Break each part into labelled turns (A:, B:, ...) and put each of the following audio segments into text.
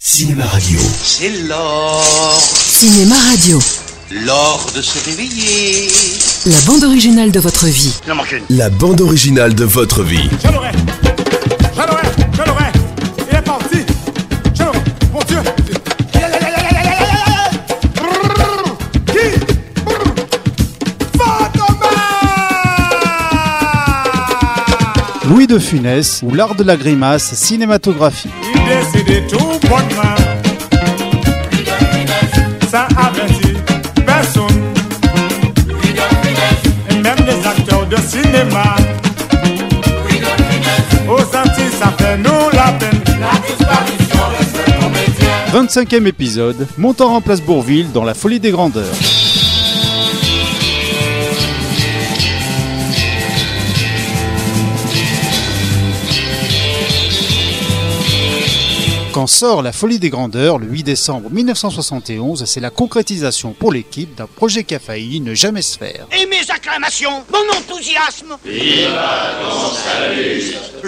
A: Cinéma Radio.
B: C'est l'or,
C: Cinéma Radio,
B: l'or de se réveiller.
C: la bande originale de votre vie.
B: Il en manque une.
A: La bande originale de votre vie.
D: Je l'aurai Je l'aurai Je l'aurai Il est parti Je l'aurai Mon Dieu Qui Fantomas
E: Louis de Funès ou l'art de la grimace cinématographique.
D: Il décidait tout bonnement Sans avertir personne Et même les acteurs de cinéma Aux Antilles ça fait nous la peine
E: 25e épisode, montant en place Bourville dans la folie des grandeurs. Quand sort La Folie des Grandeurs le 8 décembre 1971, c'est la concrétisation pour l'équipe d'un projet qui a failli ne jamais se faire.
B: Et mes acclamations, mon enthousiasme. Viva ton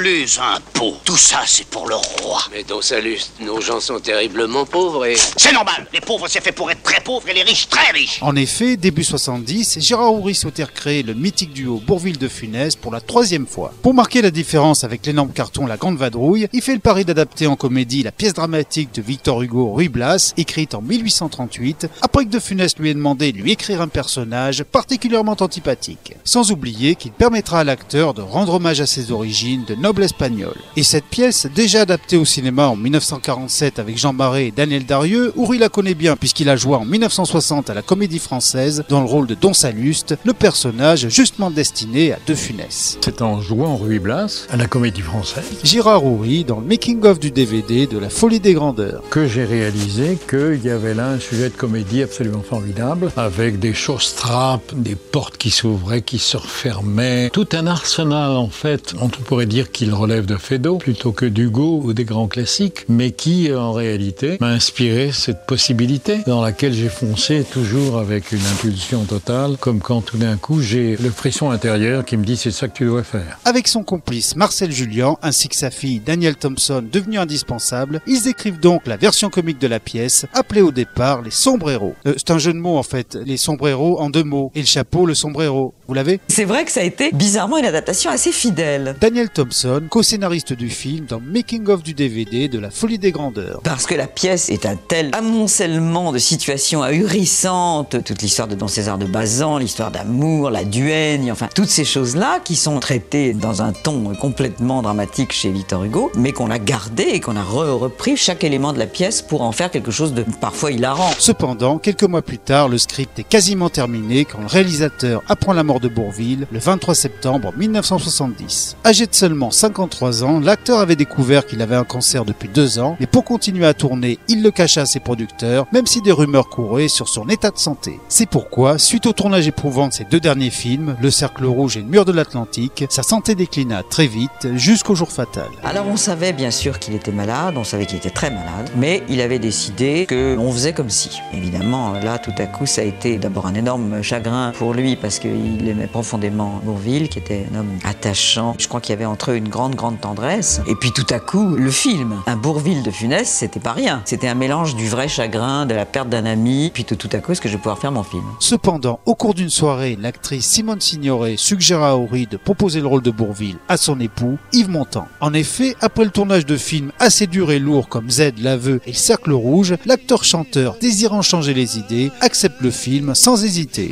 B: salut Les impôts, tout ça c'est pour le roi.
F: Mais dans Saluste, nos gens sont terriblement pauvres et...
B: C'est normal, les pauvres c'est fait pour être très pauvres et les riches très riches.
E: En effet, début 70, Gérard Houry souhaitait créer le mythique duo Bourville de Funès pour la troisième fois. Pour marquer la différence avec l'énorme carton La Grande Vadrouille, il fait le pari d'adapter en comédie la pièce dramatique de Victor Hugo Ruy Blas, écrite en 1838, après que de Funès lui ait demandé de lui écrire un personnage particulièrement antipathique. Sans oublier qu'il permettra à l'acteur de rendre hommage à ses origines de noble espagnol. Et cette pièce, déjà adaptée au cinéma en 1947 avec Jean Marais et Daniel Darieux, Houry la connaît bien puisqu'il a joué en 1960 à la Comédie Française dans le rôle de Don Saluste, le personnage justement destiné à De Funès.
G: C'est en jouant Ruy Blas à la Comédie Française
E: Gérard Houry dans le making-of du DVD de La Folie des Grandeurs.
G: que j'ai réalisé qu'il y avait là un sujet de comédie absolument formidable, avec des choses trappes, des portes qui s'ouvraient, qui se refermaient, tout un arsenal en fait, dont on pourrait dire qu'il relève de Feydeau plutôt que d'Hugo ou des grands classiques, mais qui euh, en réalité m'a inspiré cette possibilité dans laquelle j'ai foncé toujours avec une impulsion totale, comme quand tout d'un coup j'ai le frisson intérieur qui me dit c'est ça que tu dois faire.
E: Avec son complice Marcel Julien ainsi que sa fille Danielle Thompson devenue indispensable, ils écrivent donc la version comique de la pièce, appelée au départ les sombreros. Euh, c'est un jeu de mots en fait, les sombreros en deux mots, et le chapeau le sombrero. Vous l'avez
H: C'est vrai que ça a été bizarrement une adaptation assez fidèle.
E: Daniel Thompson, co-scénariste du film dans Making of du DVD de La Folie des Grandeurs.
H: Parce que la pièce est un tel amoncellement de situations ahurissantes, toute l'histoire de Don César de Bazan, l'histoire d'amour, la duègne, enfin toutes ces choses-là qui sont traitées dans un ton complètement dramatique chez Victor Hugo, mais qu'on a gardé et qu'on a re- repris chaque élément de la pièce pour en faire quelque chose de parfois hilarant.
E: Cependant, quelques mois plus tard, le script est quasiment terminé quand le réalisateur apprend la mort de Bourville le 23 septembre 1970. Âgé de seulement 53 ans, l'acteur avait découvert qu'il avait un cancer depuis deux ans, mais pour continuer à tourner, il le cacha à ses producteurs, même si des rumeurs couraient sur son état de santé. C'est pourquoi, suite au tournage éprouvant de ses deux derniers films, Le Cercle Rouge et Le Mur de l'Atlantique, sa santé déclina très vite jusqu'au jour fatal.
H: Alors on savait bien sûr qu'il était malade, on savait qu'il était très malade, mais il avait décidé que on faisait comme si. Évidemment, là tout à coup, ça a été d'abord un énorme chagrin pour lui parce qu'il aimait profondément Bourville, qui était un homme attachant. Je crois qu'il y avait entre eux une grande, grande tendresse. Et puis tout à coup, le film, un Bourville de Funès, c'était pas rien. C'était un mélange du vrai chagrin, de la perte d'un ami, puis de tout à coup, est-ce que je vais pouvoir faire mon film
E: Cependant, au cours d'une soirée, l'actrice Simone Signoret suggéra à Horry de proposer le rôle de Bourville à son époux, Yves Montand. En effet, après le tournage de films assez durs et lourds comme Z, l'aveu et le cercle rouge, l'acteur-chanteur, désirant changer les idées, accepte le film sans hésiter.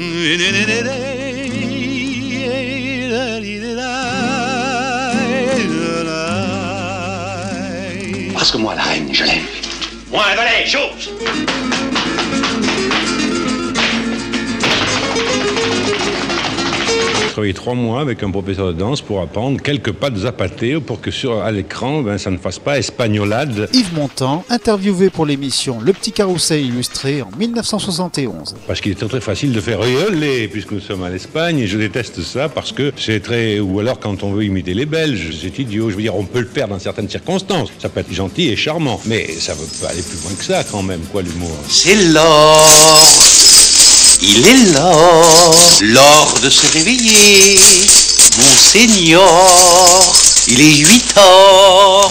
B: Parce que moi, la reine, je l'aime. Moi, un valet, chose
I: J'ai travaillé trois mois avec un professeur de danse pour apprendre quelques pattes à pâté pour que sur à l'écran, ben, ça ne fasse pas espagnolade.
E: Yves Montand, interviewé pour l'émission Le Petit Carrousel Illustré en 1971.
I: Parce qu'il est très, très facile de faire rigoler, puisque nous sommes à l'Espagne, et je déteste ça parce que c'est très. Ou alors quand on veut imiter les Belges, c'est idiot. Je veux dire, on peut le faire dans certaines circonstances. Ça peut être gentil et charmant, mais ça ne veut pas aller plus loin que ça quand même, quoi, l'humour.
B: C'est l'or. Il est l'or. L'or de se réveiller. Monseigneur.
F: Il est 8 heures.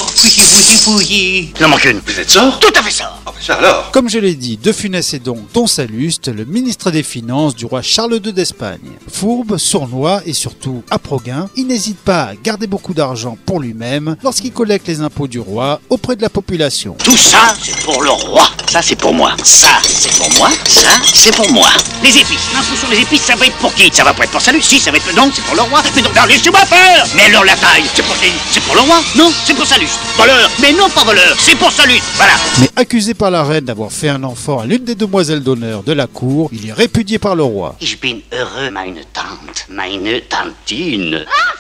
F: Oui,
B: Il en manque une. Vous êtes sort Tout à fait sort.
I: Ah, bah ça alors
E: Comme je l'ai dit, De Funès est donc Don Salluste, le ministre des Finances du roi Charles II d'Espagne. Fourbe, sournois et surtout aproguin, il n'hésite pas à garder beaucoup d'argent pour lui-même lorsqu'il collecte les impôts du roi auprès de la population.
B: Tout ça, c'est pour le roi. Ça, c'est pour moi. Ça, c'est pour moi. Ça, c'est pour moi. Les épices. L'impôt sur les épices, ça va être pour qui Ça va pas être pour salut. Si, ça va être donc, c'est pour le roi. Mais donc, non, laissez-moi faire Mais alors, la taille, c'est pour qui C'est pour le roi Non, c'est pour salut. Voleur Mais non, pas voleur. C'est pour salut. Voilà.
E: Mais accusé par la reine d'avoir fait un enfant à l'une des demoiselles d'honneur de la cour, il est répudié par le roi.
B: Ich bin heureux, meine Tante. Meine Tantine.
J: Ah,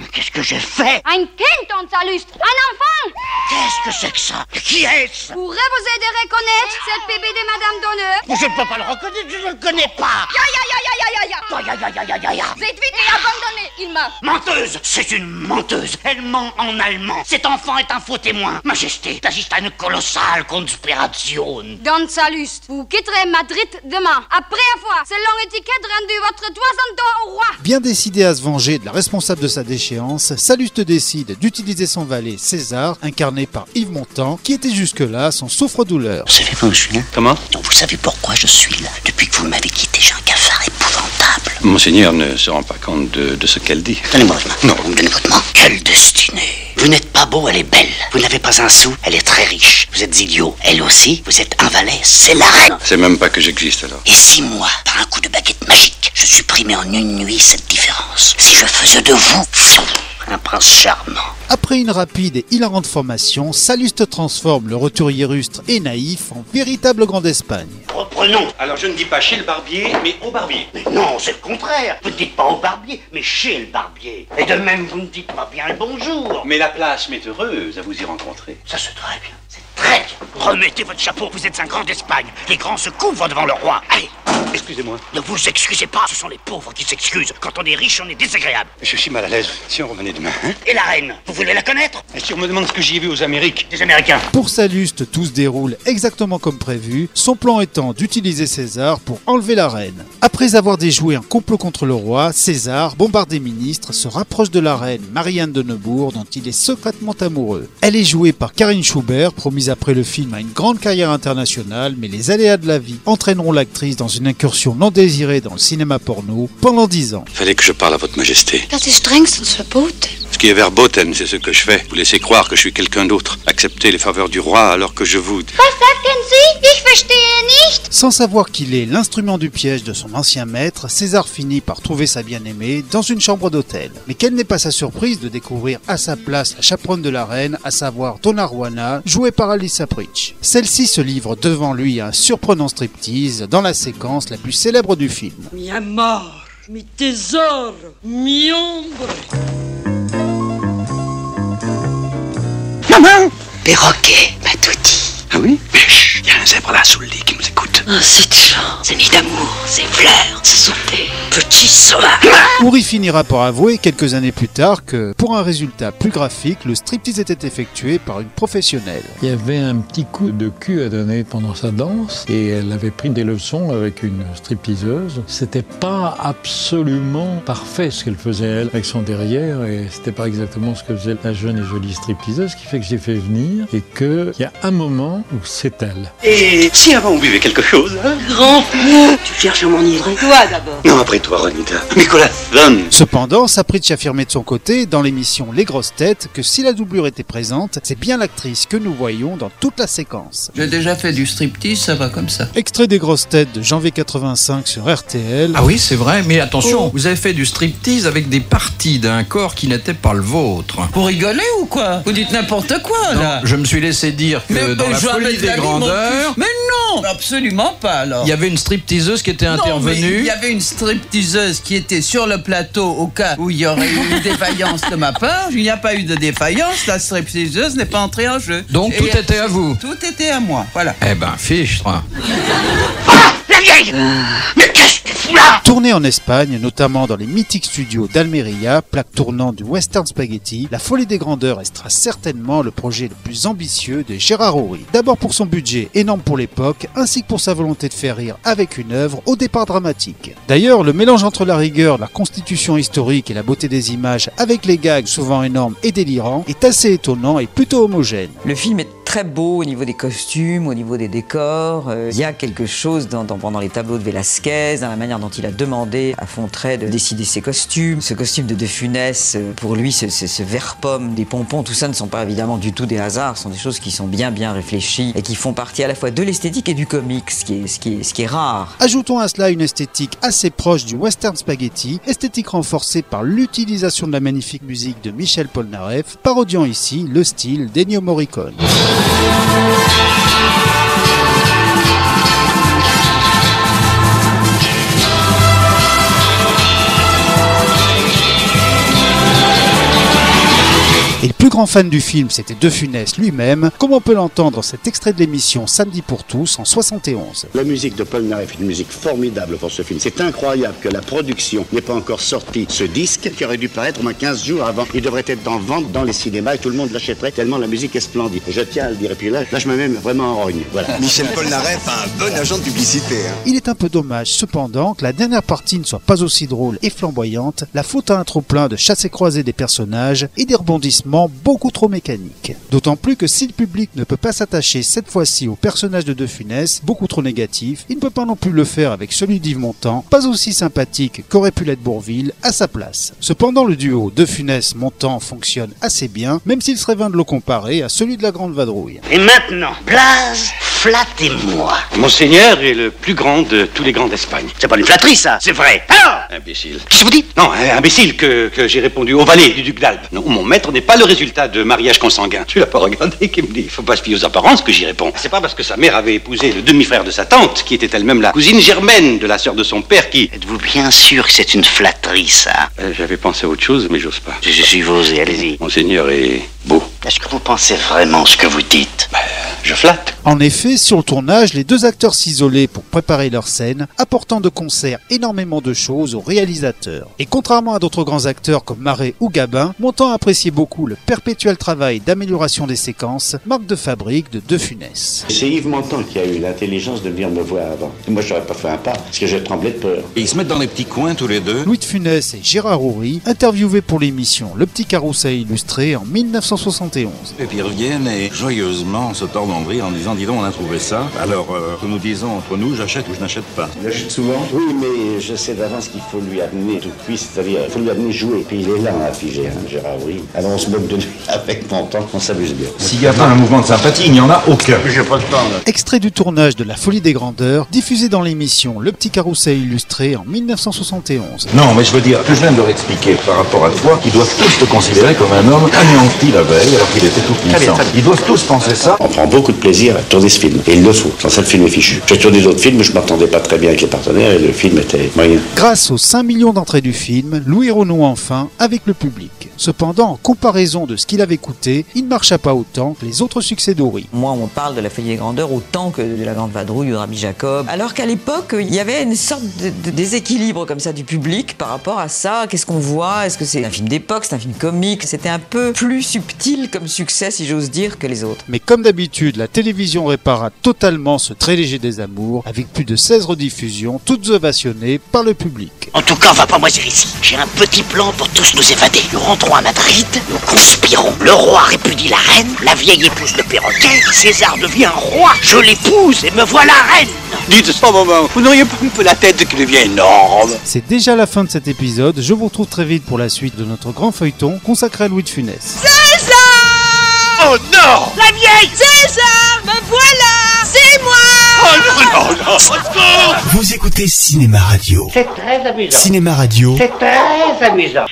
B: Mais Qu'est-ce que j'ai fait
J: Ein Kind, on s'allustre Un enfant
B: Qu'est-ce que c'est que ça Qui est-ce
J: Pourrait vous aider à reconnaître cette bébé de Madame Donneur
B: Je ne peux pas le reconnaître, je ne le connais pas
J: Ya ya ya ya ya ya ya
B: Aïe, aïe, aïe, aïe, aïe, aïe.
J: Vite, vite et abandonnez Il m'a
B: Menteuse C'est une menteuse Elle ment en allemand Cet enfant est un faux témoin Majesté, t'agis à une colossale conspiration
J: Don Salust, vous quitterez Madrid demain, après avoir, selon étiquette, rendu votre 60 ans au roi
E: Bien décidé à se venger de la responsable de sa déchéance, Salluste décide d'utiliser son valet César, incarné par Yves Montand, qui était jusque-là son souffre-douleur.
B: Vous savez quand je suis là Comment Vous savez pourquoi je suis là Depuis que vous m'avez quitté, j'ai un cafard épouvantable
I: Monseigneur ne se rend pas compte de, de ce qu'elle dit.
B: Donnez-moi votre main. Non, vous me donnez votre main. Quelle destinée. Vous n'êtes pas beau, elle est belle. Vous n'avez pas un sou, elle est très riche. Vous êtes idiot. Elle aussi, vous êtes un valet, c'est la reine.
I: C'est même pas que j'existe alors.
B: Et si moi, par un coup de baguette magique, je supprimais en une nuit cette différence Si je faisais de vous, fou, un prince charmant.
E: Après une rapide et hilarante formation, Salluste transforme le roturier rustre et naïf en véritable Grande Espagne.
B: Reprenons.
I: Alors je ne dis pas chez le barbier, mais au barbier.
B: Mais non, c'est le contraire. Vous ne dites pas au barbier, mais chez le barbier. Et de même, vous ne dites pas bien le bonjour.
I: Mais la place m'est heureuse à vous y rencontrer.
B: Ça, c'est très bien. C'est très bien. Remettez votre chapeau, vous êtes un grand d'Espagne. Les grands se couvrent devant le roi. Allez.
I: Excusez-moi,
B: Ne vous excusez pas, ce sont les pauvres qui s'excusent. Quand on est riche, on est désagréable.
I: je suis mal à l'aise. Si on revenait demain, hein
B: Et la reine, vous voulez la connaître
I: Et si on me demande ce que j'y ai vu aux Amériques
B: Des Américains.
E: Pour Salluste, tout se déroule exactement comme prévu, son plan étant d'utiliser César pour enlever la reine. Après avoir déjoué un complot contre le roi, César, bombarde des ministres, se rapproche de la reine Marianne de Neubourg dont il est secrètement amoureux. Elle est jouée par Karine Schubert, promise après le film à une grande carrière internationale, mais les aléas de la vie entraîneront l'actrice dans une incursion non désirée dans le cinéma porno pendant 10 ans.
I: Il fallait que je parle à votre majesté.
J: Das ist strengstens verboten.
I: Ce qui est verboten, c'est ce que je fais. Vous laissez croire que je suis quelqu'un d'autre. Accepter les faveurs du roi alors que je vous...
J: Was sagen Sie Ich verstehe nicht
E: Sans savoir qu'il est l'instrument du piège de son ancien maître, César finit par trouver sa bien-aimée dans une chambre d'hôtel. Mais quelle n'est pas sa surprise de découvrir à sa place la chaperonne de la reine, à savoir Donna Ruana, jouée par Alice Pritch. Celle-ci se livre devant lui à un surprenant striptease dans la séquence la plus célèbre du film.
K: Mi amor, mi tesoro, mi ombre.
F: Perroquet m'a tout dit.
I: Ah oui Mais chut, il y a un zèbre là sous le lit qui nous écoute.
K: Ah, cette chance.
F: Ces nids d'amour, ces fleurs, ce sont des petits sauvages.
E: Uri finira par avouer quelques années plus tard que, pour un résultat plus graphique, le striptease était effectué par une professionnelle.
G: Il y avait un petit coup de cul à donner pendant sa danse et elle avait pris des leçons avec une stripteaseuse. C'était pas absolument parfait ce qu'elle faisait elle avec son derrière et c'était pas exactement ce que faisait la jeune et jolie stripteaseuse, ce qui fait que j'ai fait venir et que il y a un moment où c'est elle.
I: Et si avant on buvait quelque chose hein
K: Tu cherches à m'enivrer
I: Non, après toi, Renita. Nicolas, donne
E: Cependant, Sapritch affirmait de son côté, dans l'émission Les Grosses Têtes, que si la doublure était présente, c'est bien l'actrice que nous voyons dans toute la séquence.
H: J'ai déjà fait du striptease, ça va comme ça.
E: Extrait des Grosses Têtes de janvier 85 sur RTL.
H: Ah
K: oui, c'est vrai, mais attention,
H: vous avez fait du striptease avec des parties d'un corps qui n'était pas le vôtre.
K: vous rigolez ou quoi Vous dites n'importe quoi, là
H: Je me suis laissé dire que
K: Mais
H: dans
K: ben,
H: la
K: je vais
H: folie
K: mettre
H: des
K: la vie, mon
H: grandeurs,
K: cul. Mais non Absolument pas, alors
H: il y avait une stripteaseuse qui était
K: Non, mais Il
H: intervenue.
K: y avait une stripteaseuse qui était sur le plateau au cas où il y aurait eu une défaillance de ma part. Il n'y a pas eu de défaillance, la stripteaseuse n'est pas entrée en jeu.
H: Donc
K: Et
H: tout était à vous.
K: Tout était à moi, voilà.
H: Eh ben, fiche, toi.
B: Ah La vieille Mais qu'est-ce que tu fous là
E: Tourné en Espagne, notamment dans les mythiques studios d'Almeria, plaque tournante du western spaghetti, La Folie des Grandeurs restera certainement le projet le plus ambitieux de Gérard Oury. D'abord pour son budget énorme pour l'époque, ainsi que pour sa volonté de faire rire avec une œuvre au départ dramatique. D'ailleurs, le mélange entre la rigueur, la constitution historique et la beauté des images, avec les gags souvent énormes et délirants, est assez étonnant et plutôt homogène.
H: Le film est très beau au niveau des costumes, au niveau des décors. Euh, Il y a quelque chose dans, dans- dans les tableaux de Velasquez, dans la manière dont il a demandé à Fontenay de décider ses costumes. Ce costume de De Funès, euh, pour lui, ce, ce- ce vert pomme, des pompons, tout ça ne sont pas évidemment du tout des hasards, ce sont des choses qui sont bien bien réfléchies et qui font partie à la fois de l'esthétique et du comique, ce qui est, ce qui est- ce qui est rare.
E: Ajoutons à cela une esthétique assez proche du western spaghetti, esthétique renforcée par l'utilisation de la magnifique musique de Michel Polnareff, parodiant ici le style d'Ennio Morricone. Et le plus grand fan du film, c'était De Funès lui-même, comme on peut l'entendre dans cet extrait de l'émission Samedi pour tous en 71.
L: La musique de Paul Naref est une musique formidable pour ce film. C'est incroyable que la production n'ait pas encore sorti ce disque qui aurait dû paraître au moins 15 jours avant. Il devrait être en vente dans les cinémas et tout le monde l'achèterait tellement la musique est splendide. Je tiens à le dire. Et puis là, là je me mets vraiment en rogne. Voilà.
M: Michel Polnareff a un bon agent de publicité. hein.
E: Il est un peu dommage cependant que la dernière partie ne soit pas aussi drôle et flamboyante, la faute à un trop-plein de chassés-croisés des personnages et des rebondissements beaucoup trop mécaniques. D'autant plus que si le public ne peut pas s'attacher cette fois-ci au personnage de De Funès, beaucoup trop négatif, il ne peut pas non plus le faire avec celui d'Yves Montand, pas aussi sympathique qu'aurait pu l'être Bourville, à sa place. Cependant, le duo De Funès-Montand fonctionne assez bien, même s'il serait vain de le comparer à celui de la Grande Vadrouille.
B: Et maintenant, Blaze, flattez-moi.
N: Monseigneur est le plus grand de tous les grands d'Espagne.
B: C'est pas une flatterie, ça, c'est vrai. Ah Alors
N: Imbécile. Qu'est-ce que vous dites Non, hein, imbécile que, que j'ai répondu au valet du duc d'Albe. Non, mon maître n'est pas le résultat de mariage consanguin. Tu l'as pas regardé qui me dit. Faut pas se fier aux apparences que j'y réponds. C'est pas parce que sa mère avait épousé le demi-frère de sa tante, qui était elle-même la cousine germaine de la sœur de son père, qui. Êtes-vous bien sûr que c'est une flatterie, ça J'avais pensé à autre chose, mais j'ose pas. Je, suis osé, allez-y. Monseigneur est beau.
B: Est-ce que vous pensez vraiment ce que vous dites
N: Je flatte.
E: En effet, sur le tournage, les deux acteurs s'isolaient pour préparer leur scène, apportant de concert énormément de choses au réalisateur. Et contrairement à d'autres grands acteurs comme Marais ou Gabin, Montand appréciait beaucoup le perpétuel travail d'amélioration des séquences, marque de fabrique de De Funès.
L: C'est Yves Montand qui a eu l'intelligence de venir me voir avant. Moi, j'aurais pas fait un pas parce que je tremblais de peur.
M: Et ils se mettent dans les petits coins tous les deux.
E: Louis de Funès et Gérard Houry, interviewés pour l'émission Le Petit Carousse à illustrer en 1971.
M: Et puis ils reviennent et joyeusement se tordent en rire en disant Dis donc, on a trouvé ça. Alors, euh, que nous disons entre nous, j'achète ou je n'achète pas.
L: J'achète souvent Oui, mais je sais d'avance qu'il faut lui amener tout cuit, c'est-à-dire il faut lui amener jouer. Puis il est là à figer, hein, Gérard, oui. Alors on se moque de lui avec mon temps, on s'amuse bien.
M: S'il y a pas un mouvement de sympathie, il n'y en a aucun.
L: Je prends le temps, là.
E: Extrait du tournage de La Folie des Grandeurs, diffusé dans l'émission Le Petit Carousse à illustrer en 1971.
M: Non, mais je veux dire, que je viens de leur expliquer par rapport à toi, ils doivent tous te considérer comme un homme anéanti la veille alors qu'il était tout puissant. Ils doivent tous penser ça.
L: On prend beaucoup de plaisir à tourner ce film, et il le faut, sans ça le film est fichu. J'ai tourné d'autres films, je m'entendais pas très bien avec les partenaires, et le film était moyen.
E: Grâce aux 5 millions d'entrées du film, Louis renoue enfin avec le public. Cependant, en comparaison de ce qu'il avait coûté, il ne marcha pas autant que les autres succès d'Oury.
H: Moi, on parle de la folie des grandeurs autant que de la grande vadrouille ou de Rabbi Jacob. Alors qu'à l'époque, il y avait une sorte de, de déséquilibre comme ça du public par rapport à ça. Qu'est-ce qu'on voit Est-ce que c'est un film d'époque C'est un film comique C'était un peu plus subtil comme succès, si j'ose dire, que les autres.
E: Mais comme d'habitude, la télévision répara totalement ce très léger désamour, avec plus de 16 rediffusions, toutes ovationnées par le public.
B: En tout cas, on va pas moisir ici. J'ai un petit plan pour tous nous évader. Nous rentrons à Madrid, nous conspirons. Le roi répudie la reine, la vieille épouse le perroquet, César devient roi, je l'épouse et me vois la reine.
N: Dites, ce moment, vous n'auriez pas un peu la tête qui devient énorme.
E: C'est déjà la fin de cet épisode, je vous retrouve très vite pour la suite de notre grand feuilleton consacré à Louis de Funès.
B: César
N: Oh non
B: La vieille César Me Ben voilà C'est moi Oh non, non, non
A: Vous écoutez Cinéma Radio.
B: C'est très amusant.
A: Cinéma Radio.
B: C'est très amusant.